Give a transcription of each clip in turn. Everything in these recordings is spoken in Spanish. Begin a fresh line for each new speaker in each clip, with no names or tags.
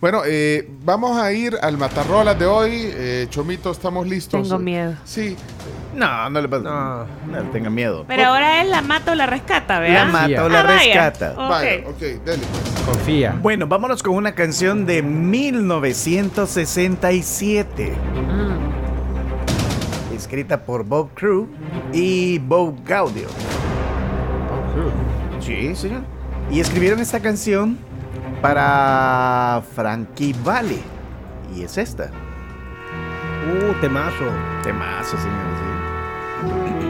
Bueno, eh, vamos a ir al Matarrolas de hoy. Eh, Chomito, estamos listos.
Tengo miedo.
Sí,
No, no le pasa. No, no le tenga miedo.
Pero ahora él la mata o la rescata, ¿verdad?
La mata o la
Ah, vaya.
rescata.
Ok.
vaya, ok, dele. pues.
Confía.
Bueno, vámonos con una canción de 1967.
Mm.
Escrita por Bob Crew y Bob Gaudio. Sí, señor. Y escribieron esta canción para Frankie Valley. Y es esta.
Uh, temazo.
Temazo, señores. sí.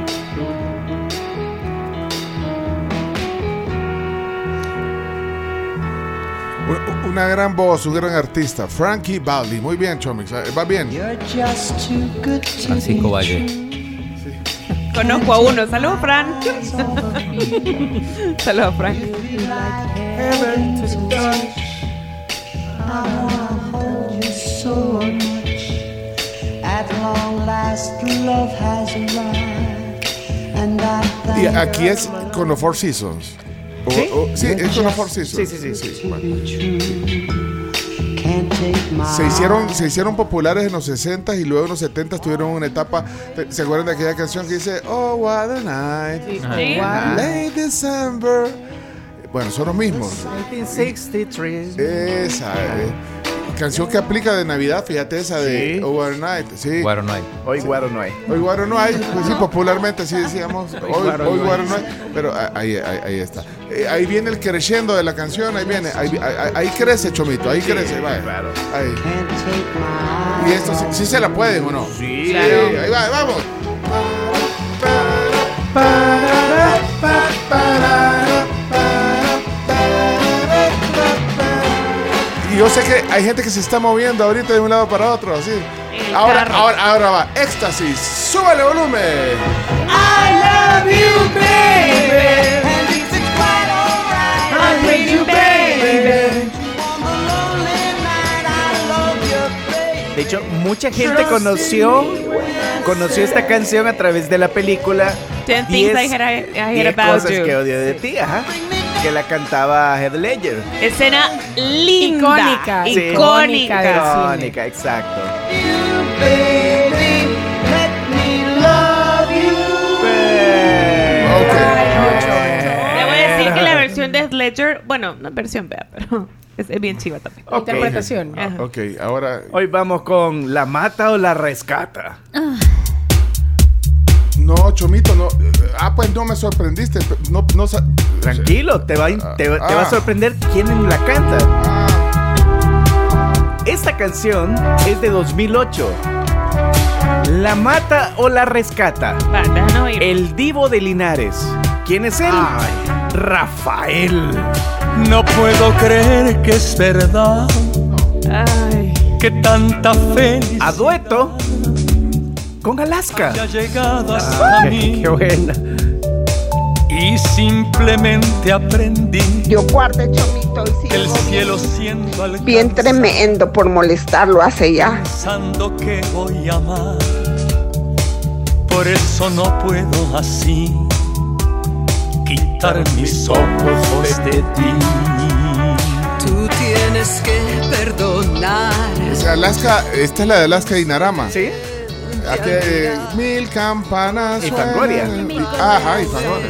U- u- Una gran voz, un gran artista, Frankie Valli. Muy bien, Chomix, eh, va bien.
Francisco Valle.
Conozco a uno. Saludos, Fran. Saludos, Fran.
Y aquí es con los Four Seasons. O- o- Oh, sí, es con los Four Seasons.
Sí, sí, sí,
bueno. Se hicieron, se hicieron populares en los 60s y luego en los 70s tuvieron una etapa. ¿te- ¿Se acuerdan de aquella canción que dice Oh, what a night?
Sí.
What late December. Bueno, son los mismos.
1963.
Esa eh. canción que aplica de Navidad, fíjate esa de
Sí.
Overnight. Sí.
Guaro no hay.
Hoy guaro no hay.
Hoy guaro no hay, pues sí, popularmente así decíamos. Hoy,
guaro
hoy
no
guaro no hay. Pero a- ahí, ahí, ahí está. Eh, ahí viene el crescendo de la canción, ahí viene. Ahí, ahí- ahí crece, Chomito, ahí crece, vaya.
claro.
Ahí. Y esto sí, sí se la pueden o no.
Sí.
Sí, ahí va, vamos. Y yo sé que hay gente que se está moviendo ahorita de un lado para otro, así.
El
Ahora,
carro.
ahora, ahora va. Éxtasis. Súbale volumen.
De hecho, mucha gente conoció conoció esta canción a través de la película
Ten
Diez-
things I had- I had
Diez
about
cosas
you.
que odio de ti, ajá, que la cantaba Heath Ledger.
Escena linda.
Icónica.
Sí.
Icónica.
de cine.
Icónica, exacto.
Le voy a decir que la versión de Heath Ledger, bueno, no es versión vea, pero es, es bien chiva también.
Ok.
Interpretación.
Ajá.
Ah, Ok, ahora.
Hoy vamos con La Mata o la Rescata.
No, Chomito, no. Ah, pues no me sorprendiste. No, no sa-
Tranquilo, te va, a- te, va- te va a
Ah.
sorprender quién la canta.
Ah,
Esta canción es de 2008. La Mata o la Rescata.
Va, déjanos oír.
El divo de Linares. ¿Quién es él? Rafael.
No puedo creer que es verdad
Ay.
que tanta
A
felicidad
dueto con Alaska.
ha llegado hasta mí
buena.
y simplemente aprendí
Yo guardé chomito y
que el
sigo
cielo siendo alcanzado
bien tremendo por molestarlo hace ya.
pensando que voy a amar. Por eso no puedo así quitar mis ojos de ti.
Tú tienes que perdonar.
o sea, Alaska, esta es la de Alaska y Narama.
¿Sí?
Aquí, eh, mil campanas.
Y Fangoria.
suenan. Ajá, y Fangoria.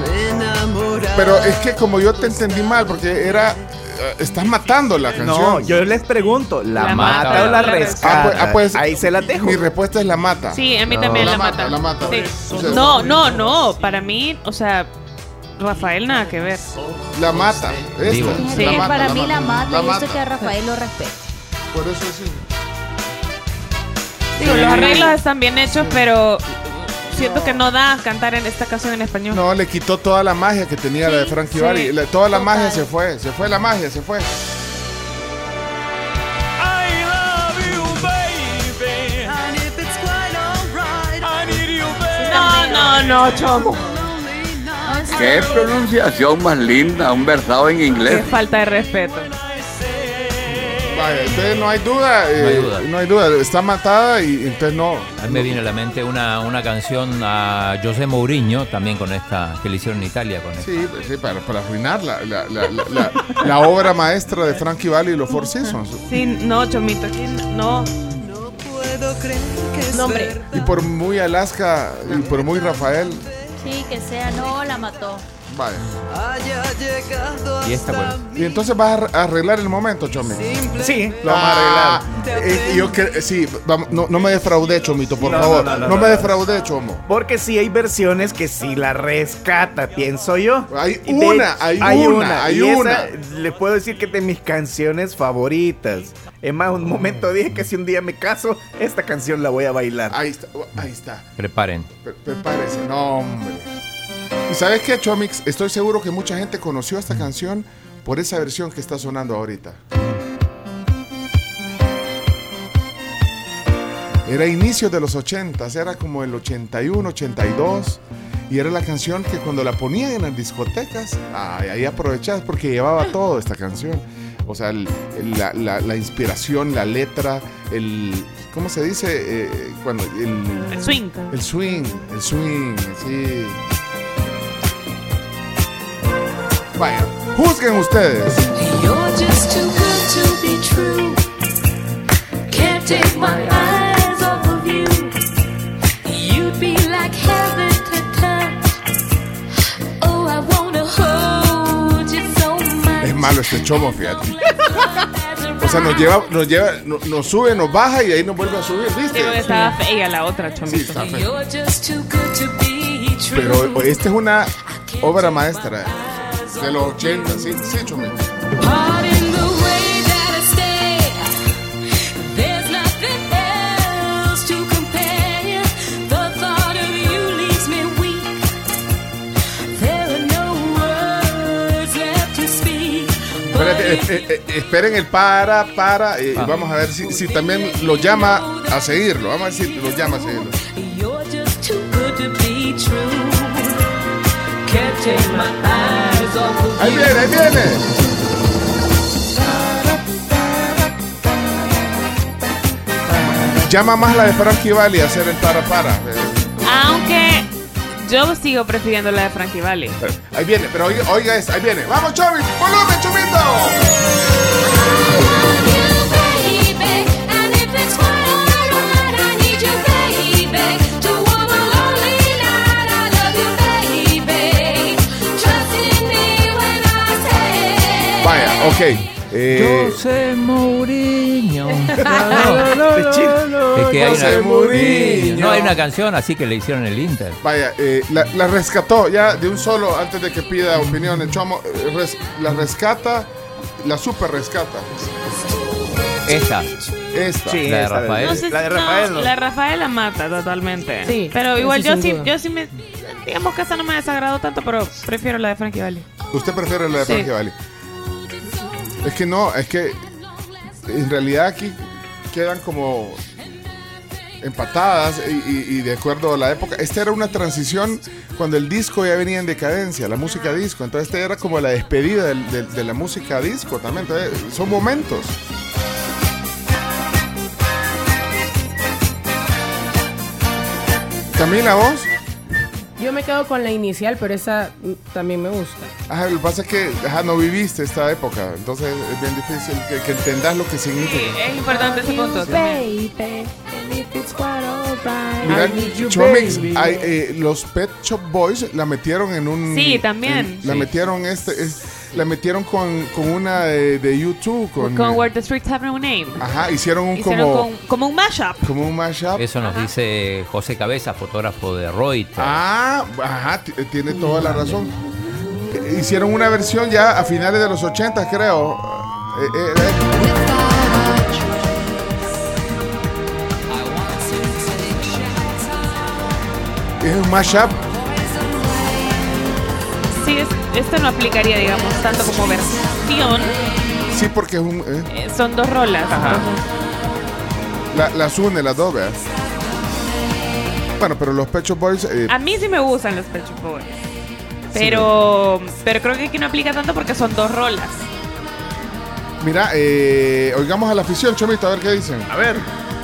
Me enamorar.
Pero es que como yo te entendí mal, porque era. eh, Estás matando la canción.
No, yo les pregunto, ¿la,
La
mata,
mata
o la
o la
rescata?
Ah, pues- ah, pues,
Ahí se las dejo.
Mi respuesta es la mata.
Sí, a mí también
La
la,
mata,
mata.
la mata.
Sí.
O sea,
No, no, no. Para mí, o sea, Rafael nada que ver.
La mata. Esta,
Digo.
Fíjate que
mata,
para mí la mata, y
La mata.
eso que a Rafael lo respeta.
Por eso sí.
Digo, los arreglos están bien hechos, pero siento que no da cantar en esta canción en español.
No, le quitó toda la magia que tenía la de
Sí,
Frankie
sí.
Valli. La- Toda la
Total.
magia se fue. Se fue la magia, se fue.
I love you, baby.
And if it's quite alright,
I need you, baby.
No, no, no, chomo.
only now.
Qué pronunciación más linda, un versado en
Qué
inglés.
falta de respeto.
I say,
Vaya, entonces no hay duda. eh,
No hay duda.
no hay duda, Está matada y entonces no.
A mí me viene a la mente una, una canción a José Mourinho, también con esta, que le hicieron en Italia con esta.
Sí, pues, sí, para, para arruinar la, la- la- la- la- la obra maestra de Frankie Valli y los Four Seasons.
Sí, no, Chomito, aquí no.
No puedo creer que es
No, hombre.
verdad.
Y por muy Alaska y por muy Rafael,
Sí, que sea, no la mató.
vaya.
haya llegado
Y esta,
hasta
bueno.
Y entonces vas a ar- a arreglar el momento, Chomi.
simple
Sí, lo vamos a
Ah,
arreglar.
eh, yo cre- sí, vamos, no, no me defraudé, Chomito, por
No,
favor. No,
no, no, no,
me
no.
defraudé, Chomo.
Porque sí hay versiones que sí la rescata, pienso yo.
Hay
Y de-
una, hay una, hay
y esa
una.
le puedo decir que es de mis canciones favoritas. Es más, un momento dije que si un día me caso, esta canción la voy a bailar.
Ahí está, ahí está.
Preparen.
Pre- Prepárese, no, hombre. ¿Y sabes qué, Chomix? Estoy seguro que mucha gente conoció esta canción por esa versión que está sonando ahorita. Era inicio de los 80, era como el 81, 82. Y era la canción que cuando la ponían en las discotecas, ay, ahí aprovechabas porque llevaba todo esta canción. O sea, el- el- la, la- la inspiración, la letra, el. ¿Cómo se dice? Eh, cuando. El,
El swing.
el swing, el swing, sí. Vaya, juzguen ustedes.
You're just too good to be true. Can't take my eyes off of you. You'd be like heaven to touch. Oh, I wanna hold you so much.
Es malo este chomo, fíjate.
O
O sea, nos lleva, nos lleva, no- nos, sube, nos baja y ahí nos vuelve a subir,
Digo que
¿viste?
estaba fea la otra, Chomito.
Sí, está feo.
You're just too good to be true.
Pero esta es una obra maestra de los 80, sí, sí, chomito.
Pardon the way that I stay. There's nothing else to compare. The thought of you leaves me weak. There are no words left to speak.
Espérate, eh, eh, eh, esperen el para, para, eh, y vamos a ver si, si también lo llama a seguirlo. Vamos a ver si lo llama a seguirlo.
You're just too good to be true. Can't take my eyes off of
Ahí
you.
viene, ahí viene. Llama más la de Frankie Valli a hacer el para para. Eh,
Aunque yo sigo prefiriendo la de Frankie Valli.
Ahí viene, pero oiga, oiga esta, ahí viene. ¡Vamos, Chomi! ¡Volumen, Chomito! Vaya, ok. Eh,
José Mourinho.
Te chi-
es que hay
José
una,
Mourinho.
No, hay una canción así que le hicieron en el Inter.
vaya, eh, la, la rescató ya de un solo antes de que pida opinión el Chomo. eh, res- la rescata, la super rescata.
Esta.
Esta.
Sí,
La de
esa
Rafael.
No sé si-
La de Rafael.
no, la Rafael la mata totalmente.
Sí,
Pero
eso
igual yo
sin
sí,
duda.
yo sí me. Digamos que esa no me desagradó tanto, pero prefiero la de Frankie Valli.
¿Usted prefiere la de
Sí.
Frankie Valli? Es que no, es que en realidad aquí quedan como empatadas y, y- y de acuerdo a la época. Esta era una transición cuando el disco ya venía en decadencia, la música disco. Entonces esta era como la despedida del- del- de, la música disco también. Entonces, son momentos. Camila, vos.
Yo me quedo con la inicial, pero esa mm, también me gusta.
Ajá, lo que pasa es que ajá, no viviste esta época, entonces es bien difícil que, que entendas lo que
Sí,
significa.
es importante ese punto. también.
Mira,
I need you,
Chomix,
baby.
hay, eh, los Pet Shop Boys la metieron en un...
Sí, también.
en- la
Sí.
metieron este, es- la metieron con, con una de, de YouTube, con...
Con Where the Streets Have No Name.
Ajá, hicieron un
Hicieron
como,
con- como un mashup.
como un mashup.
Eso nos dice José Cabeza, fotógrafo de Reuters.
Ah, ajá, t- tiene toda la razón. Eh, Hicieron una versión ya a finales de los 80, creo. Eh, eh, eh. Es un mashup.
Sí, es- esto no aplicaría, digamos, tanto como versión.
Sí, porque es un, eh,
Eh, son dos rolas.
la- las une, las dos, ¿verdad? Bueno, pero los Pecho Boys. eh,
A mí sí me gustan los Pet Shop Boys. Pero, pero creo que aquí no aplica tanto porque son dos rolas.
Mira, eh, oigamos a la afición, Chomito, a ver qué dicen. A ver.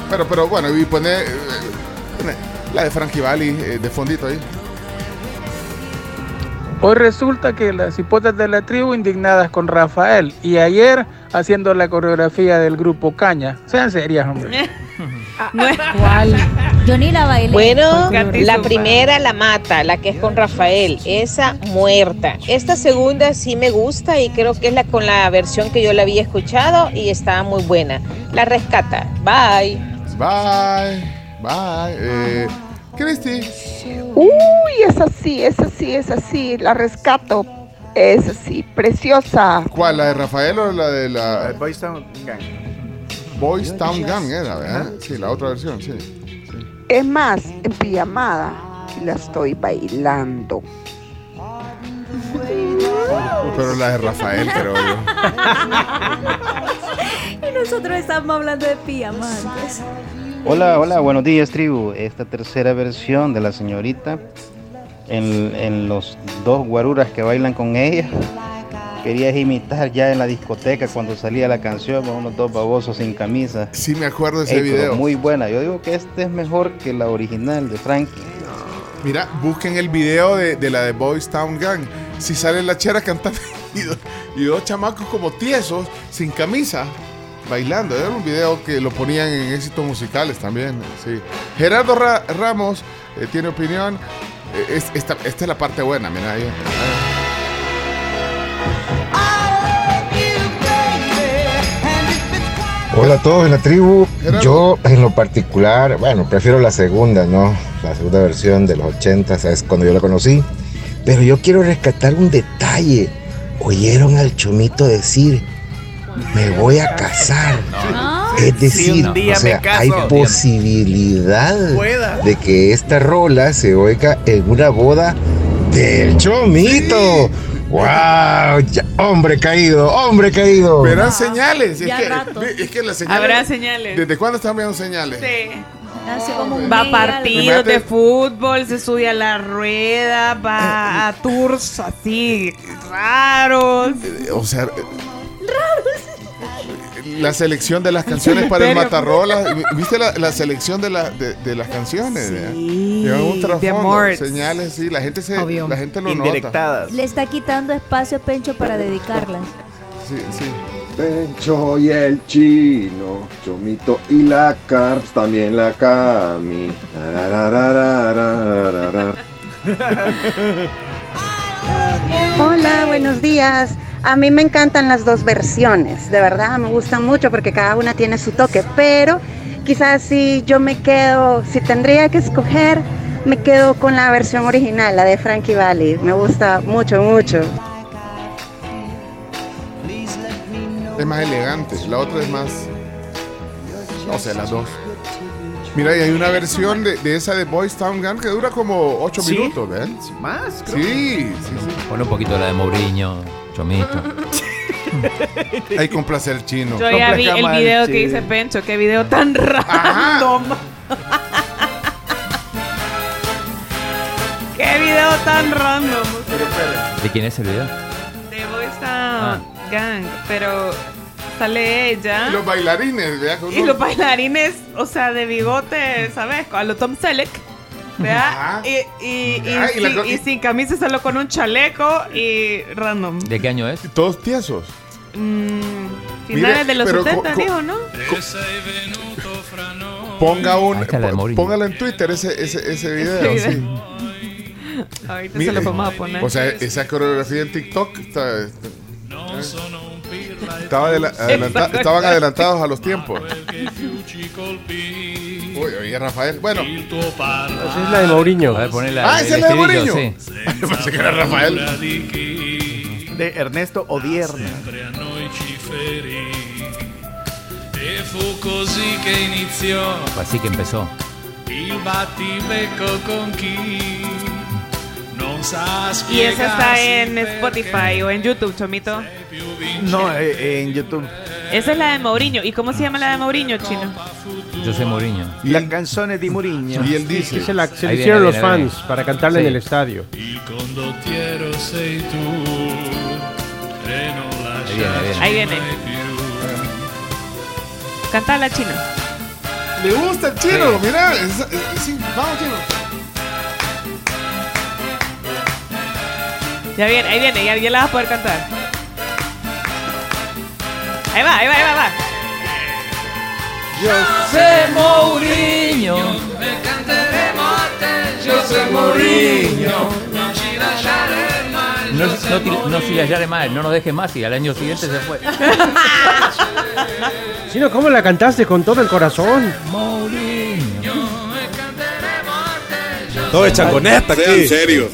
Pero, pero bueno, y pone, eh, pone la de Frankie Valli eh, de fondito ahí.
Hoy Pues resulta que las hipotas de la tribu indignadas con Rafael y ayer haciendo la coreografía del grupo Caña. Sean serias, hombre.
¿Cuál? Yo ni la bailé.
Pues,
Bueno, la primera la mata, la que es con Rafael, esa muerta. Esta segunda sí me gusta y creo que es la con la versión que yo la había escuchado y estaba muy buena. La rescata. Bye.
Bye. Bye. Eh, Cristi.
Uy, es así, es así, es así. La rescato. Es así, preciosa.
¿Cuál? ¿La de Rafael o la de la.
Boys Town Gang.
Boys Town Gang era, ¿verdad? Sí, la otra versión, sí.
Es más, en pijamada y la estoy bailando.
Pero la de Rafael, pero.
Y nosotros estamos hablando de piamantes.
Hola, hola, buenos días, tribu. Esta tercera versión de la señorita en, en los dos guaruras que bailan con ella. Querías imitar ya en la discoteca cuando salía la canción con unos dos babosos sin camisa.
Sí, me acuerdo de ese
Ey, pero
video.
Muy buena. Yo digo que este es mejor que la original de Frankie.
Mira, busquen el video de, de la de Boys Town Gang. Si sale la chera cantando y dos, y dos chamacos como tiesos, sin camisa, bailando. Era un video que lo ponían en éxitos musicales también. Sí. Gerardo Ra- Ramos eh, tiene opinión. Eh, es- esta, esta es la parte buena, mira ahí.
Hola a todos en la tribu. Yo en lo particular, bueno, prefiero la segunda, ¿no? La segunda versión de los 80, es cuando yo la conocí. Pero yo quiero rescatar un detalle. Oyeron al chomito decir, me voy a casar. Es
Si
decir,
un día
o sea,
me caso.
hay posibilidad
Pueda.
de que esta rola se oiga en una boda del chomito. ¡Wow! Ya- hombre caído, hombre caído.
Verán señales. Es
Ya
que,
rato.
ve- es que las señales.
Habrá señales.
¿Desde cuándo están viendo señales?
Sí.
Hace como un
Va
día,
a partidos
Imagínate.
de fútbol, se sube a la rueda, va a tours así raros.
O sea, eh, la selección de las canciones para el
Pero-
Matarrola. ¿Viste la, la selección de, la- de, de las canciones? ¿verdad? Llevan un
de
trasfondo,
amor.
señales, sí, la gente, se, la gente lo nota.
Le está quitando espacio a Pencho para dedicarlas.
Sí, sí.
Pencho y el chino, Chomito y la Carps, también la Cami. Tarararararararara.
Hola, buenos días. A mí me encantan las dos versiones, de verdad, me gustan mucho porque cada una tiene su toque, pero quizás si yo me quedo, si tendría que escoger, me quedo con la versión original, la de Frankie Valley. Me gusta mucho, mucho.
Es más elegante, la otra es más. No sé, las dos. Mira, y hay una versión de, de esa de Boys Town Gun que dura como 8
¿Sí?
minutos, ¿ven?
Más,
Sí, sí,
Pon un poquito la de Mourinho, Chomito.
sí. Hay complacer chino.
Yo ya vi el video que dice Pencho, qué video tan random. qué video tan random.
¿De quién es el video?
De Boys Town Gang, pero sale ella.
Ah. Y los bailarines, ¿verdad?
Y los bailarines, o sea, de bigote, ¿sabes? A lo Tom Selleck. ¿Verdad? Y, y, y,
Ah, y la
sin-
co-
y sin camisa, solo con un chaleco y random.
¿De qué año es?
Todos tiesos.
Mm,
Mira,
finales de los
pero co-
70,
co-
dijo, ¿no?
Ponga un.
Ahí está la de Mourinho.
Póngalo en Twitter ese, ese, ese video.
Ese
sí.
Ahorita
Mira,
se lo vamos a poner.
O sea, esa coreografía en TikTok está- está- estaba adela- adelanta-
Exacto.
estaban adelantados a los tiempos. Uy, oye, Rafael. Bueno. Pues
Esa es la de Mourinho.
A ver, ponela.
Ah, ese es la de Mourinho.
Pensé que era Rafael. De Ernesto Odierna.
E fu così che iniziò
Así que empezó.
il battibecco con chi non sa
Y esa está
spiegarsi
en Spotify o en YouTube, Chomito.
No, eh, en YouTube.
Esa es la de Mourinho. ¿Y cómo se llama la de Mourinho, chino?
Yo soy Mourinho.
Las canciones de Mourinho.
Y él dice.
Se la se la
Ahí viene,
hicieron
ahí
los
viene, ahí
fans
viene.
para cantarla
Sí.
en el estadio.
il condottiero sei tu e non
viene,
lasciarci
Ahí viene.
mai più
Canta la china.
Le gusta el chino, mira. es- es- sí, vamos, chino.
Ya viene, ahí viene, ya, ya la vas a poder cantar. Ahí va, ahí va, ahí va, ahí va.
José Mourinho. José Mourinho.
No, no, ti- no sigas ya de mal, no nos dejes más y al año siguiente se fue.
Chino, ¿cómo la cantaste con todo el corazón?
Todo es changoneta aquí.
Sean serios.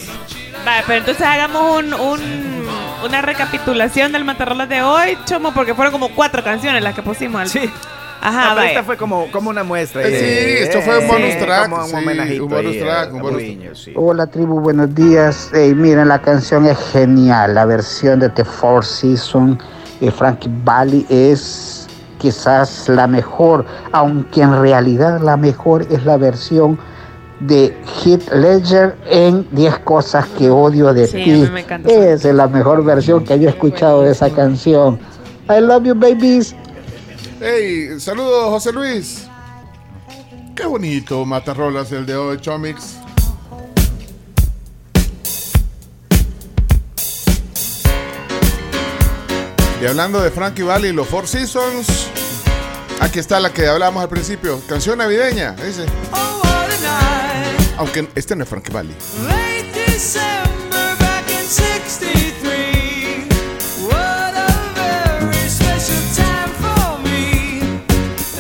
Vale, pero entonces hagamos un, un- una recapitulación del Matarrolas de hoy, Chomo, porque fueron como cuatro canciones las que pusimos. al- Ajá,
Ah, pero
vale.
esta fue como, como una muestra.
Eh, sí, esto fue un bonus track,
Como
sí,
un homenajito.
un bonus
ahí a-
track,
a
un bonus
Mourinho, sí.
Hola tribu, buenos días. Hey, miren, la canción es genial. La versión de The Four Seasons de Frankie Valli es quizás la mejor, aunque en realidad la mejor es la versión de Heath Ledger en 10 cosas que odio de
Sí, a mí
ti.
me encanta esa
Esa es la mejor versión que yo he escuchado de esa canción. I love you babies.
Hey, saludos, José Luis. Qué bonito Matarrolas el de hoy, Chomix. Y hablando de Frankie Valley y los Four Seasons, aquí está la que hablábamos al principio, canción navideña, dice. Aunque este no es Frankie Valley.
Late December back in 63. What a very special time for me.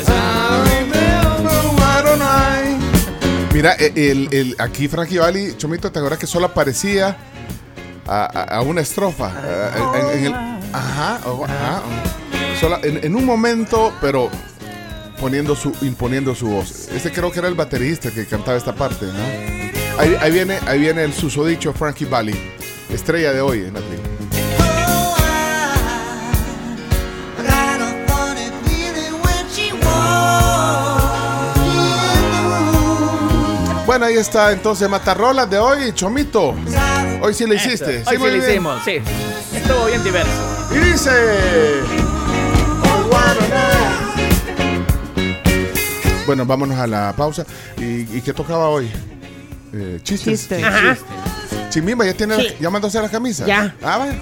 As I remember what a night.
Mira, e- el, el- aquí Frankie Valli, Chomito, te acuerdas que solo aparecía a, a- a una estrofa. a- en- en el- ajá, o- ajá. Solo- en, en un momento, pero poniendo su, imponiendo su voz. Este creo que era el baterista que cantaba esta parte, ¿no? Ahí, ahí viene, ahí viene el susodicho Frankie Valli, estrella de hoy en la tribu.
Got a funny feeling when she walked in the room.
Bueno, ahí está entonces Matarrolas de hoy, Chomito. Hoy sí lo hiciste.
Hoy sí
muy
lo
bien.
hicimos, sí. Estuvo bien diverso.
Y dice. Bueno, vámonos a la pausa. ¿Y, y qué tocaba hoy? Eh, chistes.
Chistes. Ajá.
Chimimba, ¿ya, tiene,
Sí.
¿ya mandó a hacer las camisas?
Ya.
Ah, vaya.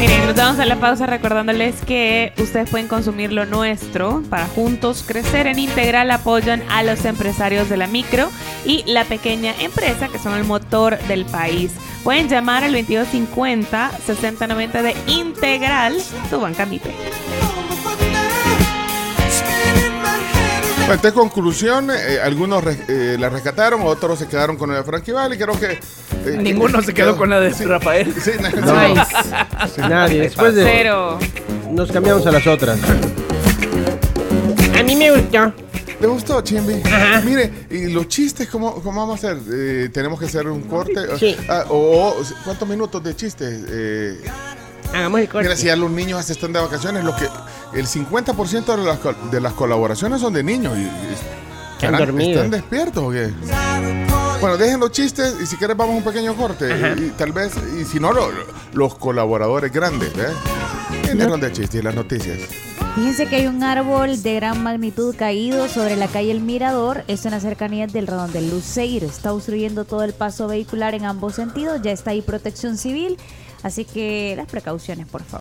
Miren, nos vamos a la pausa recordándoles que ustedes pueden consumir lo nuestro para juntos crecer en integral. Apoyan a los empresarios de la micro y la pequeña empresa que son el motor del país. Pueden llamar al 2250-6090 de integral tu banca MIPE.
Bueno, entonces, conclusión, eh, algunos res- eh, la rescataron, otros se quedaron con la de Frankie Valli. Creo que. eh,
Ninguno se quedó con la de Rafael.
Nadie. Después de.
Cero.
Nos cambiamos a las otras.
A mí me gustó. ¿Te gustó, Chimbi? Mire, y los chistes, ¿cómo, cómo vamos a hacer? Eh, ¿Tenemos que hacer un corte?
Sí.
Ah, o, o, ¿Cuántos minutos de chistes? Eh,
Hagamos el corte.
Mira, si ya los niños se están de vacaciones, lo que el 50% de las, col- de las colaboraciones son de niños. Y, y-
Están dormidos.
¿Están despiertos o qué? Bueno, dejen los chistes y si quieres vamos a un pequeño corte. Y, y tal vez, y si no, lo- lo- los colaboradores grandes, ¿eh? Tienen de chistes y las noticias.
Fíjense que hay un árbol de gran magnitud caído sobre la calle El Mirador. Esto en las cercanías del Redón del Luceiro. Está obstruyendo todo el paso vehicular en ambos sentidos. Ya está ahí protección civil. Así que las precauciones, por favor.